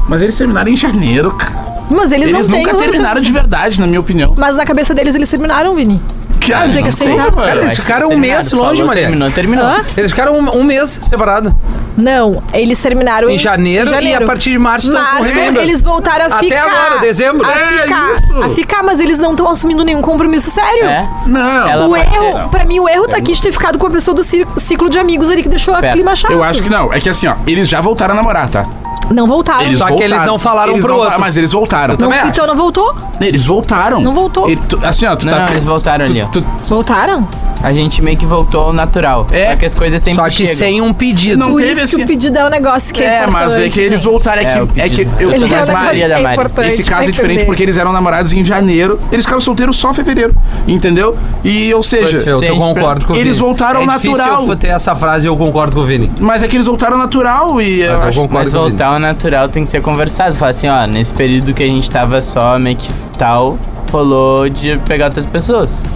Mas eles terminaram em janeiro, cara. Mas eles, Eles, não têm nunca um terminaram de verdade, na minha opinião. Mas na cabeça deles eles terminaram, Vini. Que tem que desculpa, aceitar. mano. Cara, eles acho que ficaram um terminaram. mês longe, Falou, Maria. Terminou, terminou. Hã? Eles ficaram um, um mês separado. Não, eles terminaram Em janeiro, e a partir de março tão com março Remember. eles voltaram a Até ficar. agora, dezembro. A É, ficar, isso. a ficar, mas eles não estão assumindo nenhum compromisso sério. É. Não, Ela O vai ter, erro, não. pra mim, o erro tá aqui de ter ficado com a pessoa do ci- ciclo de amigos ali que deixou a Pera, clima chato. É eu acho que não. É que assim, ó, eles já voltaram a namorar, tá? Não voltaram. Ah, Só que eles não falaram pro não outro. falaram, Mas eles voltaram. também acho. então não voltou? Né, Eles voltaram. Não voltou. Ele- tu- assim, ó, tu Não, tá. não, eles voltaram ali, ó. tu- Voltaram? A gente meio que voltou ao natural. É. Só que as coisas sempre Só que chegam. sem um pedido. Não Por teve isso esse- que o pedido é um negócio que é é, mas é importante, que eles gente. voltaram. É, É, o que, é que pedido. eu Ele sou é mais um negócio Maria. Maria da que Mari. importante Esse caso pra é diferente entender. porque eles eram namorados em janeiro. Eles ficaram solteiros só em fevereiro. Entendeu? E, ou seja. Eu, eu Sempre. concordo com o Vini. Eles voltaram é difícil natural. eu ter essa frase e eu concordo com o Vini. Mas é que eles voltaram natural e. eu Mas eu acho- concordo Mas com o Vini. voltar ao natural tem que ser conversado. Fala assim, ó, nesse período que a gente tava só meio que tal, rolou de pegar outras pessoas.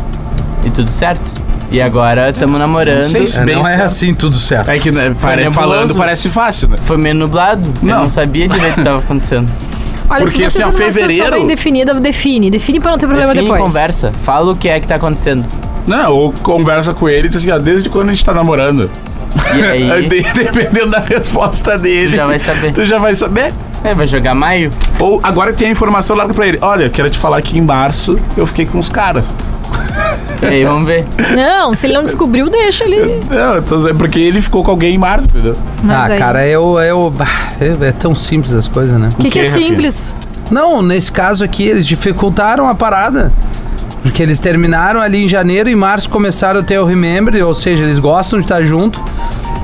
E tudo certo. E agora estamos namorando. sei se- É, bem não é certo. assim tudo certo. É que né, pare- nebuloso. falando parece fácil, né? Foi meio nublado. Eu Não. não sabia direito o que tava acontecendo. Olha, Porque, se assim, você ó, tá numa situação fevereiro- bem definida, define. Define pra não ter problema Define depois. conversa. Fala o que é que tá acontecendo. Não, ou conversa com ele e diz assim, ó, desde quando a gente tá namorando? E aí, De- Dependendo da resposta dele. Tu já vai saber. Tu já vai saber. é, vai jogar maio? Ou agora tem a informação larga pra ele. Olha, eu quero te falar que em março eu fiquei com os caras. E aí, vamos ver. Não, se ele não descobriu, deixa ele. Não, É, eu tô dizendo porque ele ficou com alguém em março, entendeu? Mas ah, aí- cara, eu, eu, bah, eu- É tão simples as coisas, né? O que, que é Rafinha? simples? Não, nesse caso aqui, eles dificultaram a parada. Porque eles terminaram ali em janeiro e em março começaram a ter o Remember, ou seja, eles gostam de estar junto.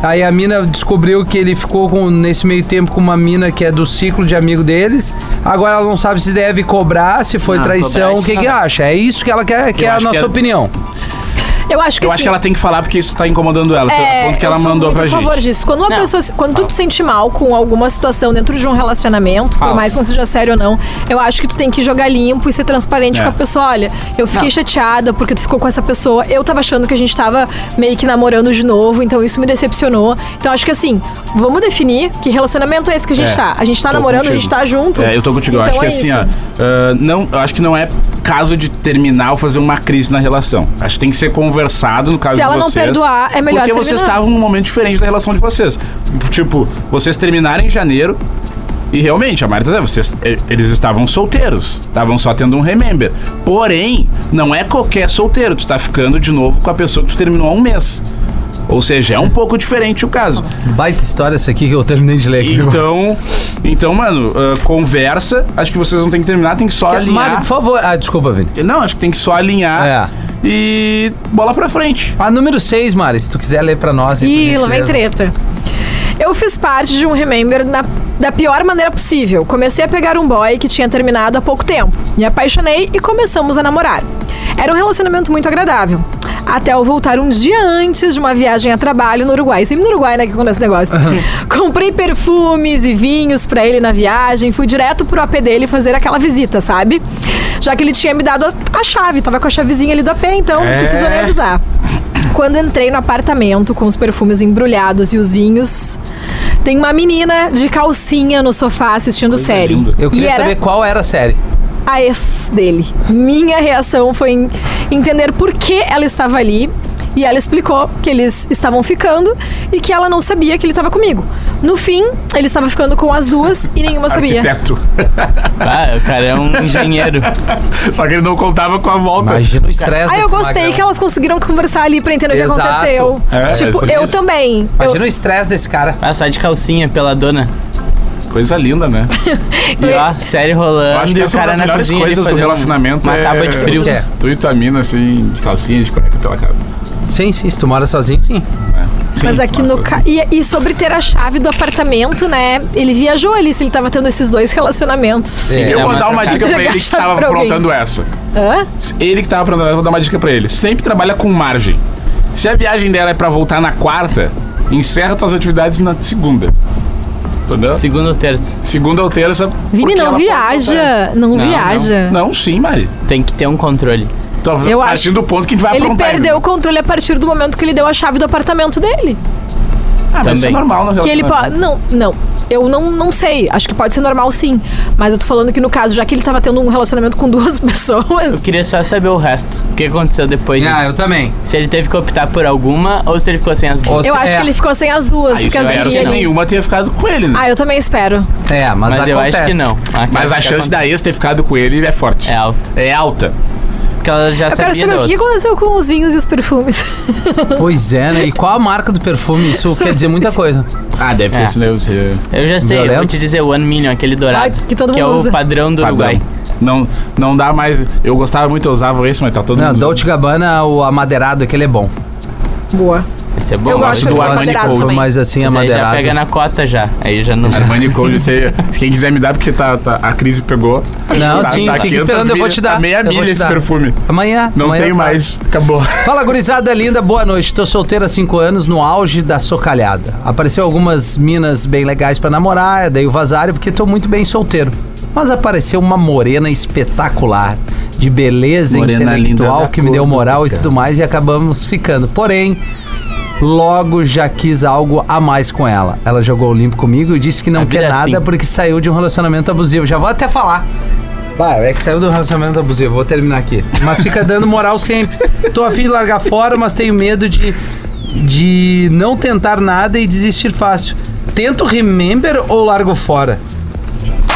Aí a mina descobriu que ele ficou com, nesse meio tempo com uma mina que é do ciclo de amigo deles. Agora ela não sabe se deve cobrar, se foi Não, traição, cobrar, o que, acho que que não. acha. É isso que ela quer, que é a acho que nossa é- opinião. Eu acho que Eu assim, acho que ela tem que falar porque isso tá incomodando ela. É, É, ponto que eu ela sou mandou muito pra a gente. favor disso. Quando uma Não. pessoa, se- quando tu te sente mal com alguma situação dentro de um relacionamento, Fala. por mais que não seja sério ou não, eu acho que tu tem que jogar limpo e ser transparente É. com a pessoa. Olha, eu fiquei Não. chateada porque tu ficou com essa pessoa. Eu tava achando que a gente tava meio que namorando de novo, então isso me decepcionou. Então acho que assim, vamos definir que relacionamento é esse que a gente É, tá. A gente tá tô namorando, contigo. a gente tá junto. É, eu tô contigo. Então eu acho que é assim, isso. ó. ah, não, eu acho que não é caso de terminar ou fazer uma crise na relação. Acho que tem que ser conversado no caso Se ela de não vocês. perdoar, é melhor Porque terminar. vocês estavam num momento diferente da relação de vocês. Tipo, vocês terminaram em janeiro. E realmente, a Marta, tá dizendo, vocês, e- eles estavam solteiros, estavam só tendo um remember. Porém, não é qualquer solteiro, tu tá ficando de novo com a pessoa que tu terminou há um mês. Ou seja, é um pouco diferente o caso. Baita história essa aqui É que eu terminei de ler aqui. Então, então mano, ah, conversa. Acho que vocês não tem que terminar, tem que só Mário, alinhar. por favor. Ah, desculpa, Vini. Não, acho que tem que só alinhar É. e bola pra frente. A número 6, Mari, se tu quiser ler pra nós. aí, por Ih, lá vem gentileza. treta. Eu fiz parte de um Remember na- da pior maneira possível. Comecei a pegar um boy que tinha terminado há pouco tempo. Me apaixonei e começamos a namorar. Era um relacionamento muito agradável. Até eu voltar um dia antes de uma viagem a trabalho no Uruguai. Sempre no Uruguai, né, que acontece esse negócio. Comprei perfumes e vinhos pra ele na viagem. Fui direto pro AP dele fazer aquela visita, sabe? Já que ele tinha me dado a- a chave. Tava com a chavezinha ali do AP, então É. não precisou nem avisar. Quando entrei no apartamento com os perfumes embrulhados e os vinhos, tem uma menina de calcinha no sofá assistindo série. linda. Eu e queria era saber qual era a série. a ex dele. Minha reação foi em- entender por que ela estava ali E ela explicou que eles estavam ficando e que ela não sabia que ele estava comigo. No fim, ele estava ficando com as duas e nenhuma sabia. Arquiteto. Ah, o cara é um engenheiro. Só que ele não contava com a volta. Imagina o estresse Aí Ah, eu dessa gostei magrela. que elas conseguiram conversar ali pra entender o que Exato. aconteceu. É, tipo, é eu isso. também. Eu- Imagina o estresse desse cara. Ah, sai de calcinha pela dona. Coisa linda, né? E ó, série rolando. Eu acho que e o essa é uma cara das na melhores cozinha ali coisas do fazendo relacionamento. é Uma tábua de frios. O quê? Tu e tua mina, assim, de calcinha, de cueca pela cara. Sim, sim. Se tu mora sozinho, sim. Sim, Mas isso é aqui uma no. coisa. Ca... E, e sobre ter a chave do apartamento, né? Ele viajou ali se ele tava tendo esses dois relacionamentos. É, Eu é vou uma dar uma trocada. dica pra Jogar ele que chave tava pra alguém. aprontando essa. Hã? Ele que tava aprontando essa, eu vou dar uma dica pra ele. Sempre trabalha com margem. Se a viagem dela é pra voltar na quarta, encerra tuas atividades na segunda. Entendeu? Segunda ou terça. Segunda ou terça. Vini porque ela não pode voltar. viaja, não, Não, viaja. Não, sim, Mari. Tem que ter um controle. Tô Eu acho- partindo do ponto que a gente vai Ele aprontar. né? perdeu o controle a partir do momento que ele deu a chave do apartamento dele. Ah, mas isso é Também. normal, né? Que ele pode. Não, não. Eu não, não sei. Acho que pode ser normal sim. Mas eu tô falando que no caso, já que ele tava tendo um relacionamento com duas Eu pessoas. queria só saber o resto. O que aconteceu depois disso? Ah, eu também. Se ele teve que optar por alguma ou se ele ficou sem as duas. Ou- Eu acho É. que ele ficou sem as duas, Ah, porque isso eu as era gurias que ali- nenhuma tenha ficado com ele, né? Ah, eu também espero. É, mas, Mas eu acontece. acho que não. Ah, Mas a que chance acontece. da ex ter ficado com ele é forte. É alta. É alta. Porque ela já Eu quero é sabia saber da o que outra. aconteceu com os vinhos e os perfumes. Pois é, né? E qual a marca do perfume? Isso quer dizer muita coisa. Ah, deve É. ser isso, né? Você... Eu já sei, eu vou Violento? te dizer o One Million, aquele dourado. Ah, que todo é mundo o usa. padrão do Uruguai. Padrão. Não, não dá mais. Eu gostava muito, eu usava esse, mas tá todo Não, mundo. Dolce Gabbana, o amadeirado, aquele é bom. Boa. Esse é bom. Eu gosto gosto do de Armani amadeirado Cole, também. Mas assim, Mas aí já amadeirado. pega na cota já. Aí já não. Armani Cole, você, quem quiser me dar, porque tá, tá- a crise pegou. Não, sim, fica 500 esperando, eu vou milha, te dar, Tá meia eu vou milha te esse dar. perfume. Amanhã. Não amanhã tenho eu trago. mais, acabou. Fala, gurizada linda, boa noite. Tô solteiro há cinco anos, no auge da socalhada. Apareceu algumas minas bem legais pra namorar, daí o vazário, porque tô muito bem solteiro. Mas apareceu uma morena espetacular, de beleza Morena intelectual, linda da que me deu cor do moral e cara. tudo mais, e acabamos ficando. Porém, logo já quis algo a mais com ela. Ela jogou o limpo comigo e disse que não A vida quer é nada assim. porque saiu de um relacionamento abusivo. Já vou até falar. Bah, é que saiu do relacionamento abusivo, vou terminar aqui. Mas fica dando moral sempre. Tô afim de largar fora, mas tenho medo de, de não tentar nada e desistir fácil. Tento remember ou largo fora?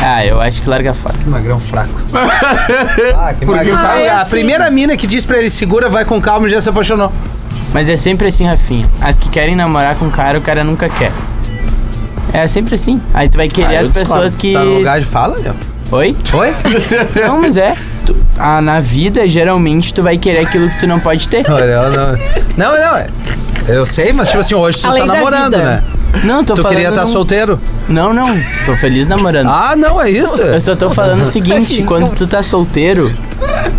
Ah, eu acho que larga fora. Que magrão fraco. Ah, que magrão. Ah, Sabe, é a assim. primeira mina que diz pra ele segura, vai com calma, já se apaixonou. Mas é sempre assim, Rafinha. As que querem namorar com o cara, o cara nunca quer. É sempre assim. Aí tu vai querer Ah, eu as pessoas que. Tá no lugar de fala, Léo? Oi? Oi? Não, mas é. Tu- ah, na vida, geralmente, tu vai querer aquilo que tu não pode ter. Olha, eu não. Não, não. é- Eu sei, mas tipo assim, hoje tu Além tá da namorando, vida. né? Não, tô tu falando. queria estar não, solteiro? Não, não. Tô feliz namorando. Ah, não, é isso. Eu só tô falando o seguinte, quando tu tá solteiro,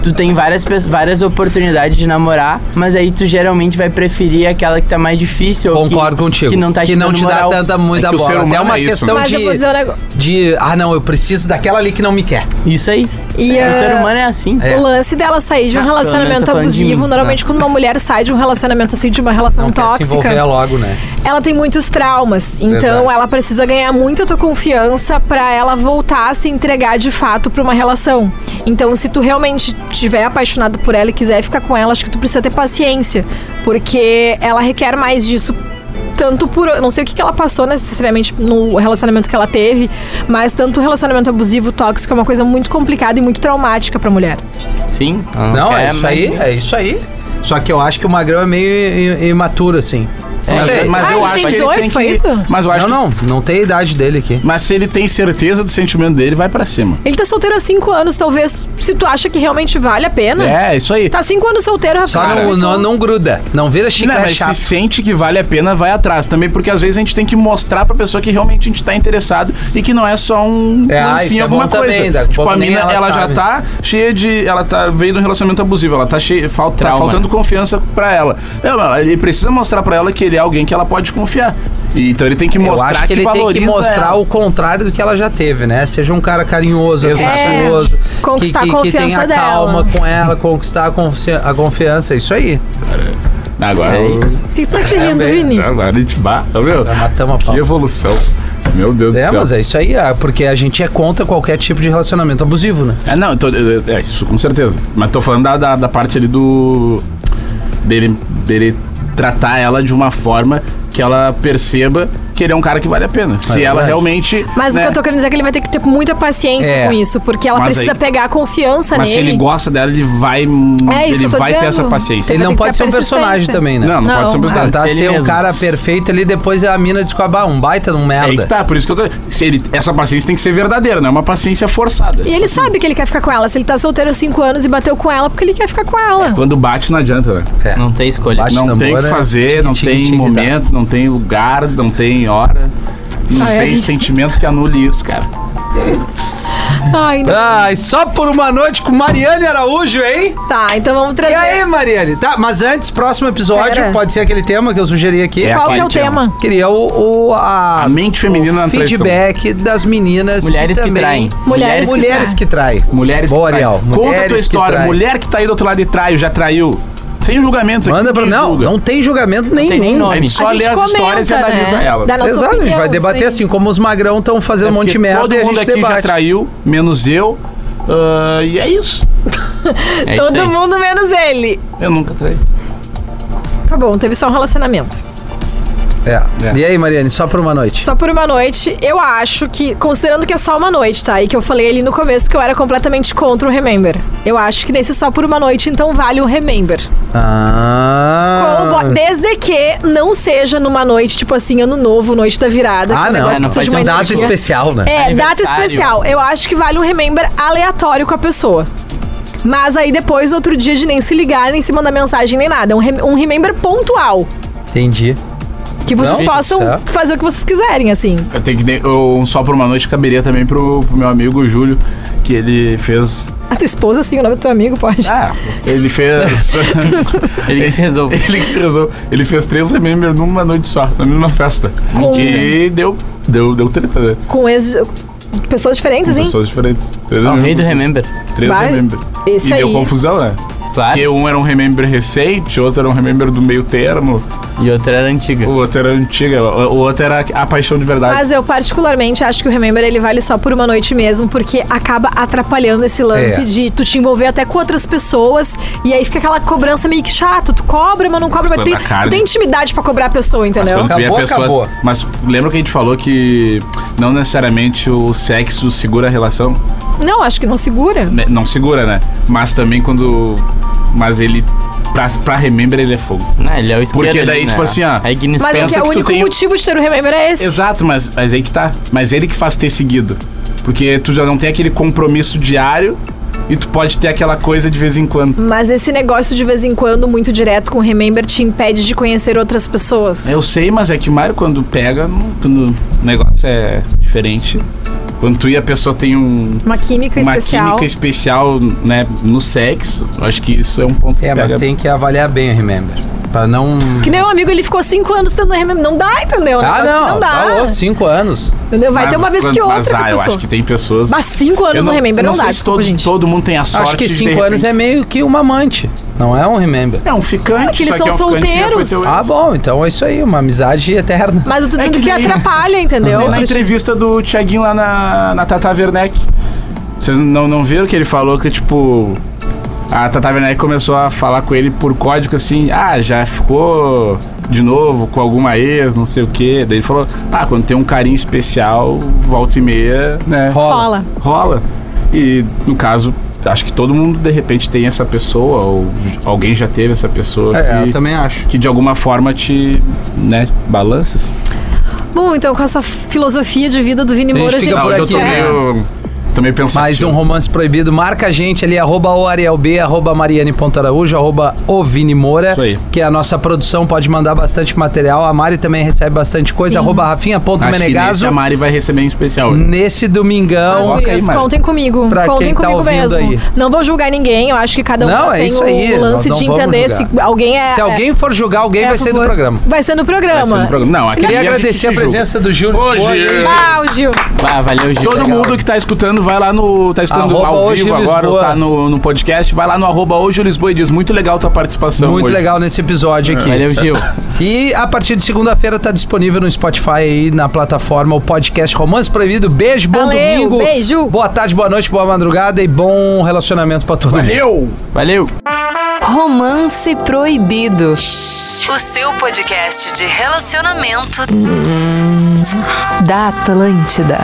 tu tem várias, pes- várias oportunidades de namorar, mas aí tu geralmente vai preferir aquela que tá mais difícil. ou que- Concordo contigo. Que não tá te dando te dá moral. tanta muita É que o ser bola. É humano uma é isso, questão né? Mas eu vou de, dizer um negócio. de. Ah, não, eu preciso daquela ali que não me quer. Isso aí. E, o ser ah, humano é assim. É. né? O lance dela sair de um Ah, pelo menos relacionamento tá falando de abusivo, mim. normalmente quando uma mulher sai de um relacionamento assim, de uma relação Não quer se envolver tóxica, logo, né? ela tem muitos traumas. Então Verdade. ela precisa ganhar muito a tua confiança pra ela voltar a se entregar de fato pra uma relação. Então, se tu realmente tiver apaixonado por ela e quiser ficar com ela, acho que tu precisa ter paciência. Porque ela requer mais disso. Tanto por. eu Não sei o que, que ela passou necessariamente no relacionamento que ela teve, mas tanto o relacionamento abusivo, tóxico, é uma coisa muito complicada e muito traumática pra mulher. é. Sim. Não, quer é isso né? mais- aí, é isso aí. Só que eu acho que o Magrão é meio i- i- imaturo, assim. É, Não sei. Ah, ele tem 18, foi isso? Mas eu acho Não, que- não, não tem a idade dele aqui. Mas se ele tem certeza do sentimento dele, vai pra cima. Ele tá solteiro há cinco anos, talvez, se tu acha que realmente vale a pena. É, isso aí. Tá cinco anos solteiro, Só Rafael. não, não, não gruda. Não vira então- Não, chiclete mas chato. se sente que vale a pena, vai atrás também, porque às vezes a gente tem que mostrar pra pessoa que realmente a gente tá interessado e que não é só um É, ah, lancinho, isso é alguma bom coisa. também, daqui a tipo, pouco a nem mina, ela ela, já sabe. tá cheia de. Ela tá, veio do relacionamento abusivo, ela tá cheia. Falta, tá Trauma. faltando confiança pra ela. Ela- Ele precisa mostrar pra ela que ele é alguém que ela pode confiar. E, então ele tem que Eu mostrar acho que, ele tem valoriza que mostrar ela. o contrário do que ela já teve, né? Seja um cara carinhoso, Exatamente. atencioso, É, conquistar que, a que, que tenha confiança dela. calma com ela, conquistar a, confi- a confiança, isso aí. Agora. É eu- isso. O que tá te É, rindo, bem, Vini? Agora a gente ba- Tá vendo? Já matamos a pau. Que evolução. Meu Deus do É, céu. mas é isso aí, é, porque a gente é contra qualquer tipo de relacionamento abusivo, né? É, não, eu tô, eu- eu- é, isso com certeza. Mas tô falando da, da, da parte ali do. dele, dele tratar ela de uma forma que ela perceba que ele é um cara que vale a pena. se ela verdade. realmente. Mas né, o que eu tô querendo dizer é que ele vai ter que ter muita paciência É. com isso, porque ela Mas precisa aí- pegar a confiança Mas se nele. ele gosta dela, ele vai. É isso que ele eu tô vai ter dizendo. essa paciência. Ele vai não ter que pode ter ser um persistência. personagem também, né? Não, não, Não, pode ser um mas- personagem. Tentar ele ser o mesmo. cara perfeito ali, depois a mina descobre, ah, um baita de um É aí merda. que tá, por isso que eu tô. Se ele, essa paciência tem que ser verdadeira, não é uma paciência forçada. E ele sabe que ele quer ficar com ela. Se ele tá solteiro há 5 anos e bateu com ela, porque ele quer ficar com É. ela. Quando bate, não adianta, né? É. Não tem escolha. Baixa- Bate não tambor, tem o que é fazer, tique, não tique, tem tique, momento, não tem lugar, não tem hora. Não Ah, é? tem sentimento que anule isso, cara. Ai, não. Ai, só por uma noite com Mariane Araújo, hein? Tá, então vamos E trazer. aí, Mariane? Tá, mas antes, próximo episódio, Pera. pode ser aquele tema que eu sugeri aqui. É. Qual que é o Aquele tema. tema? Queria o, o- a, A mente feminina o na traição. feedback das meninas Mulheres que, também- traem. Mulheres que Mulheres que traem. Mulheres Boa, que traem. Ariel. Conta a Mulheres tua que história. traem. Mulher que tá aí do outro lado e traiu, já traiu. Sem julgamentos aqui. Manda pra ninguém Não, um julga. não tem julgamento nenhum. tem nem A nome. gente só A gente lê as comenta, histórias e né? analisa elas. Da nossa Exato, a gente opinião, vai debater isso aí. assim, como os magrão estão fazendo um monte É Porque de merda todo e a mundo gente aqui já debate. traiu, menos eu. Ah, e é isso. É isso Todo aí. mundo menos ele. Eu nunca traí. Tá bom, teve só um relacionamento. É. É. E aí, Mariane, só por uma noite. Só por uma noite, eu acho que, considerando que é só uma noite, tá? E que eu falei ali no começo que eu era completamente contra o Remember. Eu acho que nesse só por uma noite, então vale o Remember. Ou Ah. bo- desde que não seja numa noite, tipo assim, ano novo, noite da virada. que é Ah, um não. negócio que não precisa faz É de uma um dado energia. especial, né? É, data Aniversário. especial. Eu acho que vale um remember aleatório com a pessoa. Mas aí depois, outro dia de nem se ligar, nem se mandar mensagem, nem nada. Um, rem- um remember pontual. Entendi. Que vocês Não? possam Tá. fazer o que vocês quiserem, assim. Eu tenho que ter, eu- um só por uma noite caberia também pro, pro meu amigo Júlio, que ele fez. A tua esposa, assim, o nome do teu amigo, pode. Ah, ele fez. Ele que se resolve. ele que se resolve. Ele fez três remember numa noite só, na mesma festa. Com- E deu, deu, deu treta, né? Com ex... pessoas diferentes, Com hein? pessoas diferentes. Três Ao meio do remembers. Remember. Três Vai. remember. Esse e deu aí. confusão, né? Claro. Porque um era um remember recente, outro era um remember do meio termo, E outra era antiga. o outro era antiga, o o outro era a paixão de verdade. Mas eu particularmente acho que o Remember ele vale só por uma noite mesmo, porque acaba atrapalhando esse lance É. de tu te envolver até com outras pessoas e aí fica aquela cobrança meio que chata, tu cobra, mas não cobra, mas Quando tem, a carne- tu tem intimidade pra cobrar a pessoa, né? Mas entendeu? quando tu vê a Acabou, pessoa. acabou. Mas lembra que a gente falou que não necessariamente o sexo segura a relação? Não, acho que não segura. Né, Não segura, né? Mas também quando. Mas ele. Pra, pra remember, ele é fogo. Não, ele é o esquerdo Porque daí, ali, né? tipo assim, ó, A ignição. Mas é pensa que é o que tu único tem- um motivo de ter o Remember é esse. Exato, mas, mas aí que tá. Mas ele que faz ter seguido. Porque tu já não tem aquele compromisso diário e tu pode ter aquela coisa de vez em quando. Mas esse negócio de vez em quando, muito direto com o Remember, te impede de conhecer outras pessoas. Eu sei, mas é que o Mário, quando pega, não- quando o negócio é diferente. Quando tu e a pessoa tem um, Uma química uma especial. química especial, né, no sexo. Eu Acho que isso é um ponto É, que mas pega. tem que avaliar bem o Remember. Pra não. Que nem um amigo, ele ficou cinco anos tendo Remember. Não dá, entendeu? Ah, Negócio que não. não dá. Tá louco, cinco anos. Entendeu? Vai Mas ter uma vez quando- que outra Mas, que a ah, eu pessoa- acho que tem pessoas... Mas cinco anos Eu no Remember não, sei dá, se desculpa, todo, gente. todo mundo tem a sorte Acho que de cinco repente- anos é meio que uma amante. Não é um Remember. É um ficante, É que eles só que são é um ficante que já foi solteiros. teu ex. Ah, bom, então é isso aí, uma amizade eterna. Mas eu tô É dizendo que que, daí- atrapalha, entendeu? Tipo, Na Pra- entrevista do Thiaguinho lá na, na Tata Werneck. Vocês não, não viram que ele falou que, tipo... A Tata Werneck começou a falar com ele por código, assim... Ah, já ficou de novo com alguma ex, não sei o quê. Daí ele falou... Ah, quando tem um carinho especial, volta e meia, né? Rola. rola. E no caso, acho que todo mundo de repente tem essa pessoa, ou alguém já teve essa pessoa É, eu que, também acho. que de alguma forma te, né, balança. assim. Bom, então com essa filosofia de vida do Vini A gente Moura, a fica gente, por Hoje eu aqui, tô encerra. né? meio, tô meio pensativo. Mais um romance proibido. Marca a gente ali, arroba o Ariel B, arroba Mariane.araújo, arroba o Vini Moura. Isso aí. Que é a nossa produção pode mandar bastante material. A Mari também recebe bastante coisa, arroba Acho que nesse é Rafinha.menegaso. a Mari vai receber em especial. hoje. Nesse Mas, domingão. Coloca aí, Luiz, Mari. contem comigo. Ah, Pra contem quem tá comigo ouvindo mesmo. aí. Não vou julgar ninguém, eu acho que cada um Não, é tem isso o- aí, o lance nós de não vamos entender julgar. se alguém é. Se alguém for julgar alguém, é, vai por sair do favor. programa. Vai ser no Vai ser no programa. um programa. Não, aquele Queria ali a gente agradecer a se julga. presença do Júlio. Hoje. é. Oi, Ah, o Gil. Ah, valeu, Gil. Todo Legal. mundo que tá escutando vai lá no. Tá escutando Arroba ao Hoje vivo Lisboa. agora, ou tá no, no podcast. Vai lá no arroba hoje o Lisboa e diz: Muito legal tua participação. Muito hoje." É, legal nesse episódio aqui. Valeu, Gil. E a partir de segunda-feira tá disponível no Spotify aí na plataforma o podcast Romance Proibido. Beijo, bom Valeu, domingo. beijo. Boa tarde, boa noite, boa madrugada e bom relacionamento pra todo mundo. Valeu! Valeu. Romance Proibido. O seu podcast de relacionamento da Atlântida.